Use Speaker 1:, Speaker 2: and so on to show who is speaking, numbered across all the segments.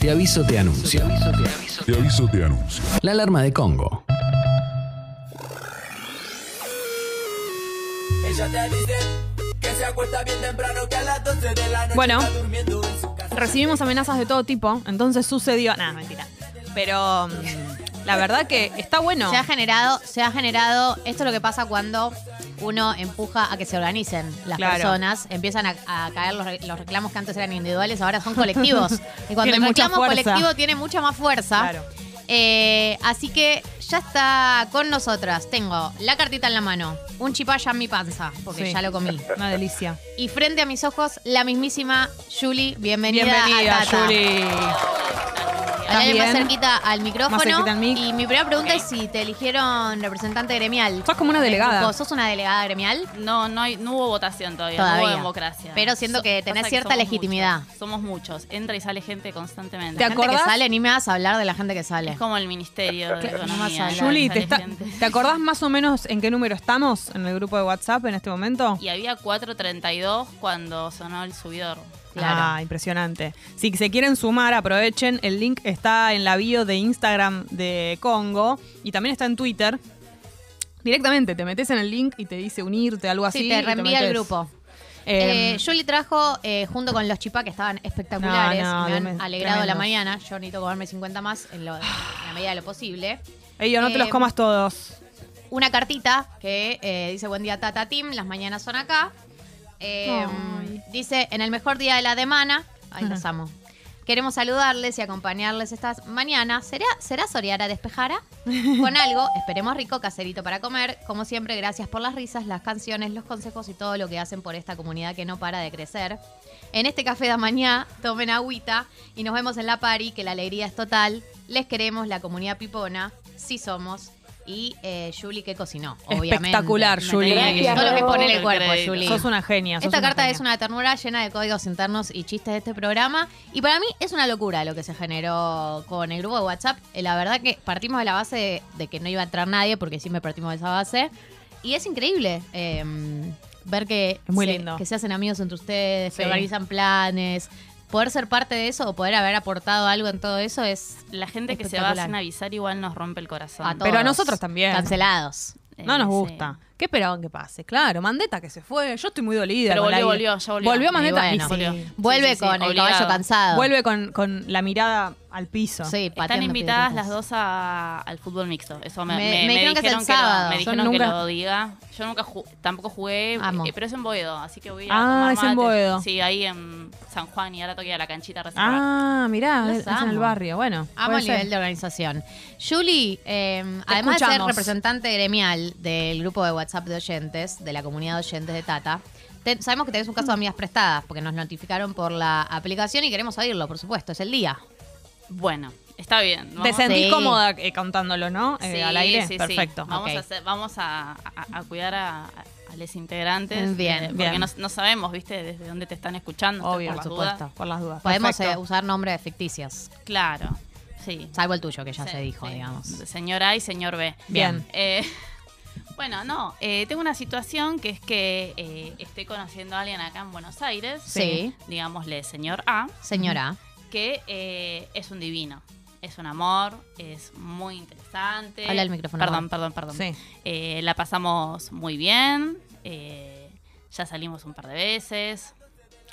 Speaker 1: Te aviso, te anuncio.
Speaker 2: Te aviso, te anuncio.
Speaker 1: La alarma de Congo.
Speaker 3: Bueno, recibimos amenazas de todo tipo, entonces sucedió. Nada, mentira. Pero mm, la verdad que está bueno.
Speaker 4: Se ha generado, se ha generado, esto es lo que pasa cuando uno empuja a que se organicen las
Speaker 3: Claro.
Speaker 4: personas, empiezan a, a caer los, re- los reclamos que antes eran individuales, ahora son colectivos. Y cuando
Speaker 3: Tiene
Speaker 4: el
Speaker 3: mucha
Speaker 4: reclamo
Speaker 3: fuerza.
Speaker 4: colectivo tiene mucha más fuerza.
Speaker 3: Claro.
Speaker 4: Eh, así que ya está con nosotras. Tengo la cartita en la mano, un chipaya en mi panza, porque
Speaker 3: Sí.
Speaker 4: ya lo comí.
Speaker 3: Una delicia.
Speaker 4: Y frente a mis ojos, la mismísima Julie. Bienvenida,
Speaker 3: Bienvenida,
Speaker 4: a Tata.
Speaker 3: Julie.
Speaker 4: Hablaré
Speaker 3: ¿Estás
Speaker 4: más
Speaker 3: bien?
Speaker 4: cerquita al micrófono.
Speaker 3: Más cerquita al mic.
Speaker 4: Y mi primera pregunta es si te eligieron representante gremial.
Speaker 3: Sos como una
Speaker 4: del
Speaker 3: delegada.
Speaker 4: grupo. ¿Sos una delegada gremial?
Speaker 5: No, no, hay, no hubo votación todavía, no
Speaker 4: Todavía.
Speaker 5: hubo democracia.
Speaker 4: Pero siento que tenés
Speaker 5: pasa
Speaker 4: cierta
Speaker 5: somos
Speaker 4: legitimidad.
Speaker 5: muchos, somos muchos, entra y sale gente constantemente.
Speaker 3: ¿Te
Speaker 4: La gente
Speaker 3: acordás?
Speaker 4: que sale, ni me vas a hablar de la gente que sale.
Speaker 5: es como el Ministerio de
Speaker 4: Claro, no
Speaker 5: Economía.
Speaker 4: vas a hablar.
Speaker 5: ¿no?
Speaker 3: Juli, ¿te,
Speaker 5: Sale
Speaker 3: está-
Speaker 5: gente.
Speaker 3: ¿te acordás más o menos en qué número estamos en el grupo de WhatsApp en este momento?
Speaker 5: Y había 4.32 cuando sonó el subidor.
Speaker 4: Claro.
Speaker 3: Ah, impresionante. Si se quieren sumar, aprovechen. El link está en la bio de Instagram de Congo y también está en Twitter. Directamente te metes en el link y te dice unirte, algo así.
Speaker 4: Sí,
Speaker 3: y
Speaker 4: te reenvía
Speaker 3: metés.
Speaker 4: el grupo.
Speaker 3: Eh,
Speaker 4: Eh, Julie trajo eh, junto con los chipá que estaban espectaculares
Speaker 3: No, no,
Speaker 4: y me han
Speaker 3: tremendo.
Speaker 4: alegrado la mañana. Yo necesito comerme 50 más en, lo- en la medida de lo posible.
Speaker 3: Ello, no te los
Speaker 4: eh,
Speaker 3: comas todos.
Speaker 4: Una cartita que eh, dice buen día Tata Team, las mañanas son acá. Eh,
Speaker 3: Ay.
Speaker 4: dice en el mejor día de la semana, ahí los amo. Queremos saludarles y acompañarles estas mañanas. ¿Será, será Soriara despejara? Con algo, esperemos rico, caserito para comer. Como siempre, gracias por las risas, las canciones, los consejos y todo lo que hacen por esta comunidad que no para de crecer. En este café de mañana, tomen agüita y nos vemos en la party, que la alegría es total. Les queremos, la comunidad pipona, sí somos. Y eh, Julie que cocinó, obviamente.
Speaker 3: Espectacular, Julie. Gracias,
Speaker 4: Todo lo que
Speaker 5: Rob.
Speaker 4: pone el cuerpo,
Speaker 5: Crédito.
Speaker 4: Julie.
Speaker 3: Sos una genia. sos
Speaker 4: Esta carta
Speaker 3: genia.
Speaker 4: es una ternura llena de códigos internos y chistes de este programa. Y para mí es una locura lo que se generó con el grupo de WhatsApp. Eh, La verdad que partimos de la base de, de que no iba a entrar nadie, porque siempre partimos de esa base. Y es increíble eh, ver que,
Speaker 3: Es muy
Speaker 4: se,
Speaker 3: lindo.
Speaker 4: que se hacen amigos entre ustedes,
Speaker 3: Sí.
Speaker 4: se organizan planes. Poder ser parte de eso o poder haber aportado algo en todo eso es
Speaker 5: La gente que se va
Speaker 4: Espectacular.
Speaker 5: sin avisar igual nos rompe el corazón.
Speaker 4: a todos.
Speaker 3: Pero a nosotros también.
Speaker 4: Cancelados.
Speaker 5: Eh,
Speaker 3: No nos
Speaker 5: sí.
Speaker 3: gusta. ¿Qué esperaban que pase? Claro, Mandeta que se fue. Yo estoy muy dolida.
Speaker 5: Pero
Speaker 3: con
Speaker 5: volvió,
Speaker 3: la-
Speaker 5: volvió, ya volvió.
Speaker 3: Volvió Mandeta.
Speaker 4: Y
Speaker 3: y
Speaker 4: bueno,
Speaker 3: sí.
Speaker 5: volvió.
Speaker 4: Vuelve
Speaker 5: Sí, sí, sí,
Speaker 4: con el
Speaker 5: obligado.
Speaker 4: caballo cansado.
Speaker 3: Vuelve con, con la mirada al piso.
Speaker 4: Sí,
Speaker 5: Están
Speaker 4: pateando
Speaker 5: invitadas
Speaker 4: piedritas.
Speaker 5: las dos a- al fútbol mixto. Eso me,
Speaker 4: Me-
Speaker 5: me-
Speaker 4: me
Speaker 5: me
Speaker 4: dijeron
Speaker 5: dijeron,
Speaker 4: que es el
Speaker 5: que, lo-
Speaker 4: sábado.
Speaker 5: me
Speaker 4: Yo
Speaker 5: dijeron
Speaker 3: nunca-
Speaker 5: que lo diga. Yo nunca ju- tampoco jugué,
Speaker 4: Amo.
Speaker 5: eh, pero es en Boedo, así que voy a
Speaker 3: Ah,
Speaker 5: tomar
Speaker 3: es en
Speaker 5: mates.
Speaker 3: Boedo.
Speaker 5: Sí, ahí en San Juan y ahora toqué a la canchita reservada.
Speaker 3: Ah, mirá,
Speaker 4: Los
Speaker 3: es en el
Speaker 4: amo.
Speaker 3: barrio. Bueno,
Speaker 4: Amo
Speaker 3: puede
Speaker 4: el
Speaker 3: ser.
Speaker 4: nivel de organización. Julie, eh,
Speaker 3: Te
Speaker 4: además de ser
Speaker 3: escuchamos.
Speaker 4: representante gremial del grupo de WhatsApp de oyentes, de la comunidad de oyentes de Tata, te- sabemos que tenés un caso de amigas prestadas, porque nos notificaron por la aplicación y queremos oírlo, por supuesto, es el día.
Speaker 5: Bueno, está bien.
Speaker 3: Te sentís
Speaker 4: Sí.
Speaker 3: cómoda eh, contándolo, ¿no? Eh,
Speaker 5: Sí,
Speaker 3: al aire.
Speaker 5: sí, sí.
Speaker 3: Perfecto.
Speaker 5: Vamos,
Speaker 4: ok.
Speaker 5: a, hacer- vamos a, a- a cuidar a, a los integrantes.
Speaker 4: Mm,
Speaker 5: eh,
Speaker 4: Bien,
Speaker 5: porque
Speaker 3: bien.
Speaker 5: No, no sabemos, ¿viste? Desde dónde te están escuchando.
Speaker 3: Obvio,
Speaker 5: por
Speaker 3: por
Speaker 5: las
Speaker 3: supuesto.
Speaker 5: dudas.
Speaker 3: Por las dudas.
Speaker 4: Podemos
Speaker 3: Perfecto.
Speaker 4: eh, usar nombres ficticios,
Speaker 5: Claro, sí.
Speaker 4: salvo el tuyo, que ya
Speaker 5: Sí,
Speaker 4: se dijo,
Speaker 5: sí.
Speaker 4: digamos.
Speaker 5: Señor A y señor B.
Speaker 3: Bien.
Speaker 5: Eh, bueno, no, eh, tengo una situación que es que eh, estoy conociendo a alguien acá en Buenos Aires,
Speaker 4: Sí.
Speaker 5: digámosle señor A,
Speaker 4: Señora,
Speaker 5: que eh, es un divino, es un amor, es muy interesante.
Speaker 4: Habla al micrófono,
Speaker 5: Perdón,
Speaker 4: Gab.
Speaker 5: perdón, perdón.
Speaker 3: Sí.
Speaker 5: Eh, la pasamos muy bien, eh, ya salimos un par de veces,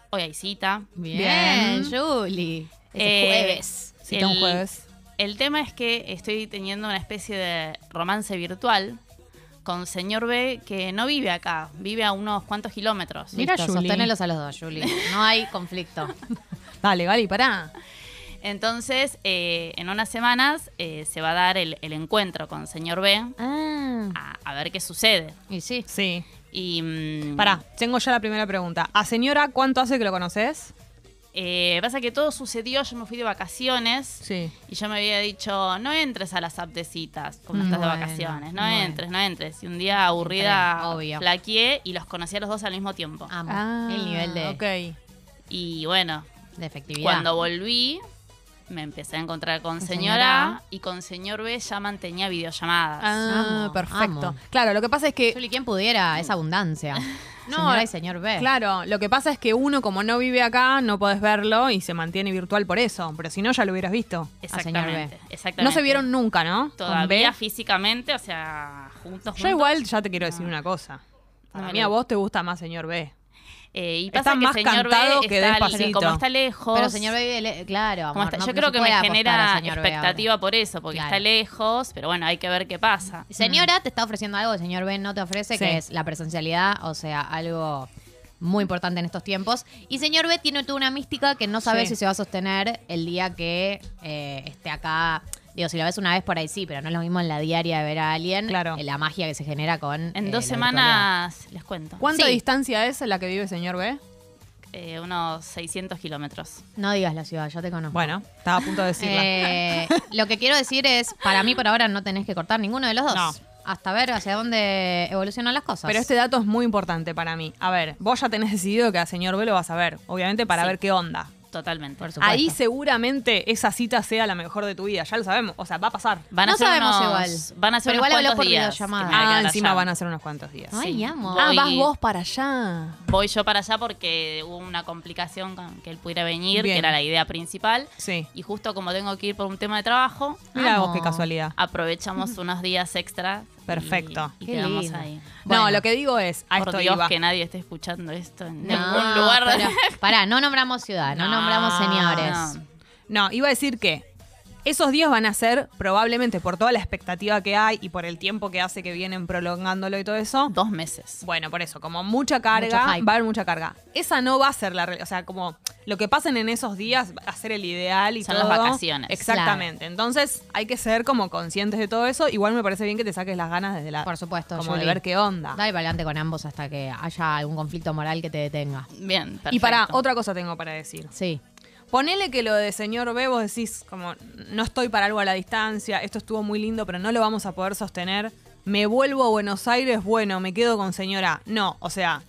Speaker 5: hoy hay cita.
Speaker 4: bien, Julie. Es el
Speaker 5: Eh,
Speaker 4: jueves.
Speaker 3: Si tengo un
Speaker 5: el-
Speaker 3: jueves.
Speaker 5: el tema es que estoy teniendo una especie de romance virtual con señor B que no vive acá, vive a unos cuantos kilómetros.
Speaker 3: Mira,
Speaker 4: Listo,
Speaker 3: Julie.
Speaker 4: Sostenelos a los dos, Julie. No hay conflicto.
Speaker 3: Dale, Gali, pará.
Speaker 5: Entonces, eh, en unas semanas eh, se va a dar el, el encuentro con señor B
Speaker 4: Ah,
Speaker 5: a, a ver qué sucede.
Speaker 4: y sí.
Speaker 3: Sí.
Speaker 5: Y mm,
Speaker 3: Pará, tengo ya la primera pregunta. ¿A señora cuánto hace que lo conoces?
Speaker 5: eh, pasa que todo sucedió, yo me fui de vacaciones.
Speaker 3: Sí.
Speaker 5: Y yo me había dicho, no entres a las app de citas, como
Speaker 4: Mm.
Speaker 5: estás de
Speaker 4: Bueno,
Speaker 5: vacaciones, no
Speaker 4: bueno.
Speaker 5: entres, no entres. Y un día
Speaker 4: Entré,
Speaker 5: aburrida,
Speaker 4: obvio. Ah,
Speaker 5: flaqueé y los conocí a los dos al mismo tiempo.
Speaker 4: Amo. el nivel de,
Speaker 3: Ah, Ok.
Speaker 5: Y bueno,
Speaker 4: de efectividad.
Speaker 5: cuando volví, me empecé a encontrar con
Speaker 4: Con
Speaker 5: señora
Speaker 4: señora.
Speaker 5: y con señor B ya mantenía videollamadas.
Speaker 3: Ah,
Speaker 4: Amo,
Speaker 3: perfecto.
Speaker 4: amo.
Speaker 3: Claro, lo que pasa es que
Speaker 5: Mm.
Speaker 4: Juli, quien pudiera esa abundancia. No,
Speaker 3: Señor-
Speaker 4: hay señor B.
Speaker 3: Claro, lo que pasa es que uno, como no vive acá, no podés verlo y se mantiene virtual por eso. Pero si no, ya lo hubieras visto.
Speaker 4: Ah, señor B.
Speaker 5: Exactamente, exactamente.
Speaker 3: No se vieron nunca, ¿no? Con
Speaker 5: todavía
Speaker 3: B.
Speaker 5: físicamente, o sea, juntos.
Speaker 3: Yo
Speaker 5: juntos.
Speaker 3: igual ya te quiero decir
Speaker 5: No.
Speaker 3: una cosa. Para
Speaker 5: No,
Speaker 3: mí
Speaker 5: no.
Speaker 3: a vos te gusta más señor B.
Speaker 5: Eh, y
Speaker 3: Está
Speaker 5: pasa que
Speaker 3: más
Speaker 5: señor
Speaker 3: cantado
Speaker 5: B
Speaker 3: que
Speaker 5: está-
Speaker 3: Despacito.
Speaker 5: como está lejos.
Speaker 4: Pero señor B, vive le- claro, amor,
Speaker 5: como está-
Speaker 4: no-
Speaker 5: yo
Speaker 4: no
Speaker 5: creo
Speaker 4: se
Speaker 5: que
Speaker 4: puede
Speaker 5: me
Speaker 4: apostar
Speaker 5: genera
Speaker 4: a señor B ahora.
Speaker 5: expectativa por eso, porque
Speaker 4: Claro.
Speaker 5: está lejos, pero bueno, hay que ver qué pasa.
Speaker 4: Señora, te está ofreciendo algo, señor Ben no te ofrece,
Speaker 3: Sí.
Speaker 4: que es la presencialidad, o sea, algo muy importante en estos tiempos. Y señor B tiene toda una mística que no sabe
Speaker 3: Sí.
Speaker 4: si se va a sostener el día que eh, esté acá. Digo, si lo ves una vez por ahí sí, pero no es lo mismo en la diaria de ver a alguien.
Speaker 3: Claro.
Speaker 4: eh, la magia que se genera con.
Speaker 5: En
Speaker 4: eh,
Speaker 5: dos
Speaker 4: la
Speaker 5: semanas, les cuento,
Speaker 3: ¿Cuánta
Speaker 4: Sí.
Speaker 3: distancia es la que vive señor B?
Speaker 5: eh, unos 600 kilómetros.
Speaker 4: virtualidad. No digas la ciudad, yo te conozco.
Speaker 3: Bueno, estaba a punto de decirla.
Speaker 4: Eh, lo que quiero decir es, para mí por ahora no tenés que cortar ninguno de los dos.
Speaker 3: No.
Speaker 4: Hasta ver hacia dónde evolucionan las cosas.
Speaker 3: Pero este dato es muy importante para mí. A ver, vos ya tenés decidido que a señor B lo vas a ver, obviamente para
Speaker 5: Sí.
Speaker 3: ver qué onda.
Speaker 5: Totalmente.
Speaker 4: Por supuesto.
Speaker 3: Ahí seguramente esa cita sea la mejor de tu vida, ya lo sabemos. O sea, va a pasar.
Speaker 5: Van a
Speaker 4: No
Speaker 5: ser
Speaker 4: sabemos
Speaker 5: unos-
Speaker 4: igual.
Speaker 5: Van a ser
Speaker 4: Pero
Speaker 5: unos
Speaker 4: igual habló
Speaker 5: cuantos
Speaker 4: por
Speaker 5: días. que
Speaker 4: videollamada.
Speaker 5: me voy a
Speaker 3: Ah,
Speaker 5: quedar
Speaker 3: encima
Speaker 5: allá.
Speaker 3: van a ser unos cuantos días.
Speaker 4: Ay,
Speaker 5: sí.
Speaker 4: amo.
Speaker 3: Ah,
Speaker 5: Voy-
Speaker 3: vas vos para allá.
Speaker 5: Voy yo para allá porque hubo una complicación con que él pudiera venir,
Speaker 3: Bien.
Speaker 5: que era la idea principal.
Speaker 3: Sí.
Speaker 5: Y justo como tengo que ir por un tema de trabajo,
Speaker 3: Mira
Speaker 4: Amo.
Speaker 3: vos qué casualidad.
Speaker 5: aprovechamos unos días extra. y-
Speaker 3: Ah. Perfecto.
Speaker 5: Y,
Speaker 4: Qué
Speaker 5: quedamos
Speaker 4: lindo.
Speaker 5: ahí.
Speaker 3: no,
Speaker 4: Bueno.
Speaker 3: lo que digo es, a
Speaker 5: por
Speaker 3: esto
Speaker 5: Dios
Speaker 3: iba.
Speaker 5: que nadie esté escuchando esto en
Speaker 4: No,
Speaker 5: ningún lugar.
Speaker 4: pero, pará, no nombramos ciudad, no,
Speaker 5: No,
Speaker 4: nombramos señores.
Speaker 5: no.
Speaker 3: No, iba a decir que esos días van a ser probablemente por toda la expectativa que hay y por el tiempo que hace que vienen prolongándolo y todo eso.
Speaker 5: Dos meses.
Speaker 3: Bueno, por eso, como mucha carga,
Speaker 4: Mucho
Speaker 3: va
Speaker 4: hype.
Speaker 3: a haber mucha carga. Esa no va a ser la realidad. O sea, como lo que pasen en esos días va a ser el ideal y
Speaker 5: Son
Speaker 3: todo.
Speaker 5: las vacaciones.
Speaker 3: Exactamente. Entonces, hay que ser como conscientes de todo eso. Igual me parece bien que te saques las ganas desde la.
Speaker 4: Por supuesto,
Speaker 3: Como de
Speaker 4: Juli.
Speaker 3: ver qué onda.
Speaker 4: Dale para adelante con ambos hasta que haya algún conflicto moral que te detenga.
Speaker 5: Bien, perfecto.
Speaker 3: Y para, otra cosa tengo para decir.
Speaker 4: Sí.
Speaker 3: Ponele que lo de señor B, vos decís, como, no estoy para algo a la distancia, esto estuvo muy lindo, pero no lo vamos a poder sostener. Me vuelvo a Buenos Aires, bueno, me quedo con señora. No, o sea,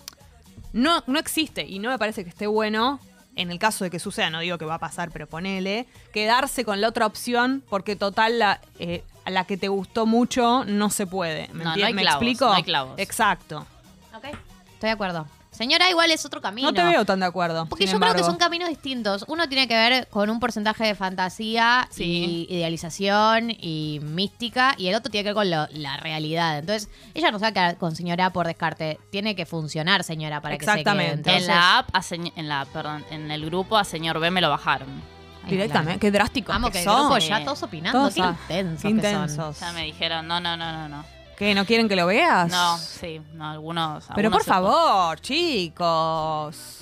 Speaker 3: no, no existe y no me parece que esté bueno, en el caso de que suceda, no digo que va a pasar, pero ponele, quedarse con la otra opción porque total la, eh, a la que te gustó mucho no se puede. ¿Me,
Speaker 5: No, no
Speaker 3: entiendes?
Speaker 5: hay
Speaker 3: ¿Me
Speaker 5: clavos,
Speaker 3: explico?
Speaker 5: no hay clavos.
Speaker 3: Exacto.
Speaker 4: Estoy de acuerdo. Señora, igual es otro camino.
Speaker 3: No te veo tan de acuerdo.
Speaker 4: Porque
Speaker 3: sin
Speaker 4: yo creo que
Speaker 3: embargo.
Speaker 4: son caminos distintos. Uno tiene que ver con un porcentaje de fantasía
Speaker 5: Sí.
Speaker 4: y idealización y mística, y el otro tiene que ver con lo- la realidad. Entonces, ella no se va a quedar con señora por descarte. Tiene que funcionar, señora, para
Speaker 3: Exactamente.
Speaker 4: que se quede.
Speaker 5: en la app, a señ- en la, perdón, en el grupo a señor B me lo bajaron.
Speaker 3: Directamente, qué drástico.
Speaker 4: Vamos,
Speaker 3: que
Speaker 4: que el
Speaker 3: son.
Speaker 4: grupo ya todos opinando.
Speaker 3: Todos
Speaker 4: qué
Speaker 3: a-
Speaker 4: intensos
Speaker 3: qué
Speaker 4: que son.
Speaker 3: intensos.
Speaker 5: Ya me dijeron, no, no, no, no, no.
Speaker 3: ¿Qué, no quieren que lo veas?
Speaker 5: No, sí, no, algunos.
Speaker 3: Pero
Speaker 5: algunos
Speaker 3: por
Speaker 5: se-
Speaker 3: favor, chicos.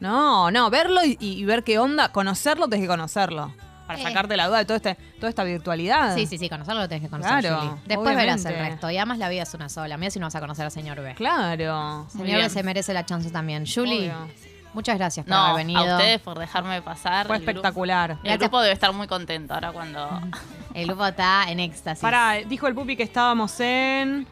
Speaker 3: No, no, verlo y, y ver qué onda, conocerlo tenés que conocerlo. Para
Speaker 4: Eh.
Speaker 3: sacarte la duda de todo este, toda esta virtualidad.
Speaker 4: Sí, sí, sí, conocerlo lo tenés que conocer,
Speaker 3: Claro,
Speaker 4: Juli. Después verás el
Speaker 3: obviamente.
Speaker 4: resto. Y además la vida es una sola. Mira si no vas a conocer al señor B.
Speaker 3: Claro.
Speaker 5: Muy
Speaker 4: Señor B
Speaker 5: bien.
Speaker 4: se merece la chance también. Julie,
Speaker 3: Obvio.
Speaker 4: muchas gracias por
Speaker 5: No,
Speaker 4: haber venido.
Speaker 5: a ustedes por dejarme pasar.
Speaker 3: Fue
Speaker 5: El gru-
Speaker 3: espectacular.
Speaker 5: El grupo debe estar muy contento ahora cuando.
Speaker 4: El grupo está en éxtasis.
Speaker 3: Pará, dijo el pupi que estábamos en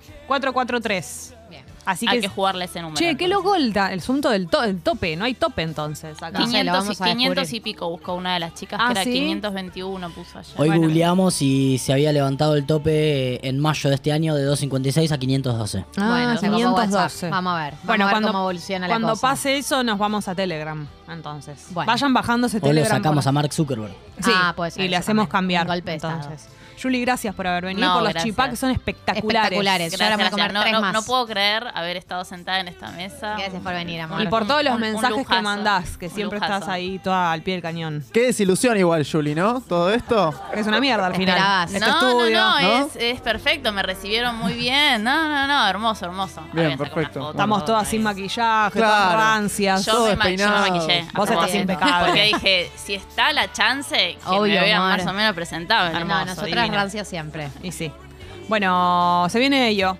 Speaker 3: 443.
Speaker 4: Bien.
Speaker 3: Así
Speaker 5: Hay
Speaker 3: que.
Speaker 5: que jugarle ese número.
Speaker 3: che, qué
Speaker 5: entonces.
Speaker 3: loco el, ta- el asunto del to- el tope. No hay tope entonces acá.
Speaker 4: No sé, lo
Speaker 5: 500, y,
Speaker 4: vamos a
Speaker 5: 500 y
Speaker 4: descubrir.
Speaker 5: pico buscó una de las chicas,
Speaker 3: Ah,
Speaker 5: que era
Speaker 3: ¿sí?
Speaker 5: 521, puso allá.
Speaker 6: Hoy
Speaker 5: Bueno.
Speaker 6: googleamos y se había levantado el tope eh, en mayo de este año de 256 a 512.
Speaker 3: Ah,
Speaker 4: Bueno, se copó
Speaker 3: 512.
Speaker 4: WhatsApp. Vamos a ver, vamos
Speaker 3: Bueno,
Speaker 4: a ver
Speaker 3: cuando,
Speaker 4: cómo evoluciona la
Speaker 3: cuando
Speaker 4: cosa.
Speaker 3: pase eso, nos vamos a Telegram, entonces.
Speaker 4: Bueno.
Speaker 3: Vayan bajándose
Speaker 6: Hoy lo
Speaker 3: Telegram.
Speaker 6: sacamos
Speaker 3: por-
Speaker 6: a Mark Zuckerberg.
Speaker 3: Sí,
Speaker 4: Ah, puede ser
Speaker 3: y le
Speaker 4: eso
Speaker 3: hacemos
Speaker 4: también.
Speaker 3: cambiar.
Speaker 4: Un golpe de estado.
Speaker 3: entonces. Julie, gracias por haber venido,
Speaker 5: No,
Speaker 3: por los
Speaker 5: gracias.
Speaker 3: chipá que son espectaculares.
Speaker 4: Espectaculares. Yo ahora me voy a comer
Speaker 5: no,
Speaker 4: tres
Speaker 5: no-
Speaker 4: más.
Speaker 5: no puedo creer haber estado sentada en esta mesa.
Speaker 4: Gracias por venir, amor.
Speaker 3: Y por todos los
Speaker 5: Un- un
Speaker 3: mensajes que
Speaker 5: lujazo,
Speaker 3: mandás, que
Speaker 5: un
Speaker 3: siempre
Speaker 5: lujazo.
Speaker 3: estás ahí toda al pie del cañón.
Speaker 7: Qué desilusión igual, Juli, ¿no? Todo esto.
Speaker 3: Que Es una mierda al
Speaker 4: Te
Speaker 3: final.
Speaker 4: esperabas.
Speaker 3: Es tu
Speaker 5: no, no,
Speaker 3: este estudio.
Speaker 5: no,
Speaker 7: ¿no?
Speaker 5: Es, es perfecto, me recibieron muy bien. No, no, no, hermoso, hermoso. Ahora
Speaker 7: Bien,
Speaker 5: voy a sacar
Speaker 7: perfecto.
Speaker 5: una foto,
Speaker 3: Estamos
Speaker 5: todo
Speaker 3: todas
Speaker 5: ahí.
Speaker 3: sin maquillaje, todas
Speaker 7: Claro.
Speaker 3: rancias.
Speaker 5: Yo
Speaker 7: todo
Speaker 5: me, ma- yo me
Speaker 7: despeinado.
Speaker 5: maquillé. a
Speaker 3: Vos estás
Speaker 5: propósito,
Speaker 3: impecable.
Speaker 5: Porque dije, si está la chance, que
Speaker 4: Obvio,
Speaker 5: me vean
Speaker 4: amor.
Speaker 5: más o menos presentable.
Speaker 4: No,
Speaker 5: Hermoso,
Speaker 4: nosotras
Speaker 5: divino.
Speaker 4: rancias siempre.
Speaker 3: Y sí. Bueno, se viene ello.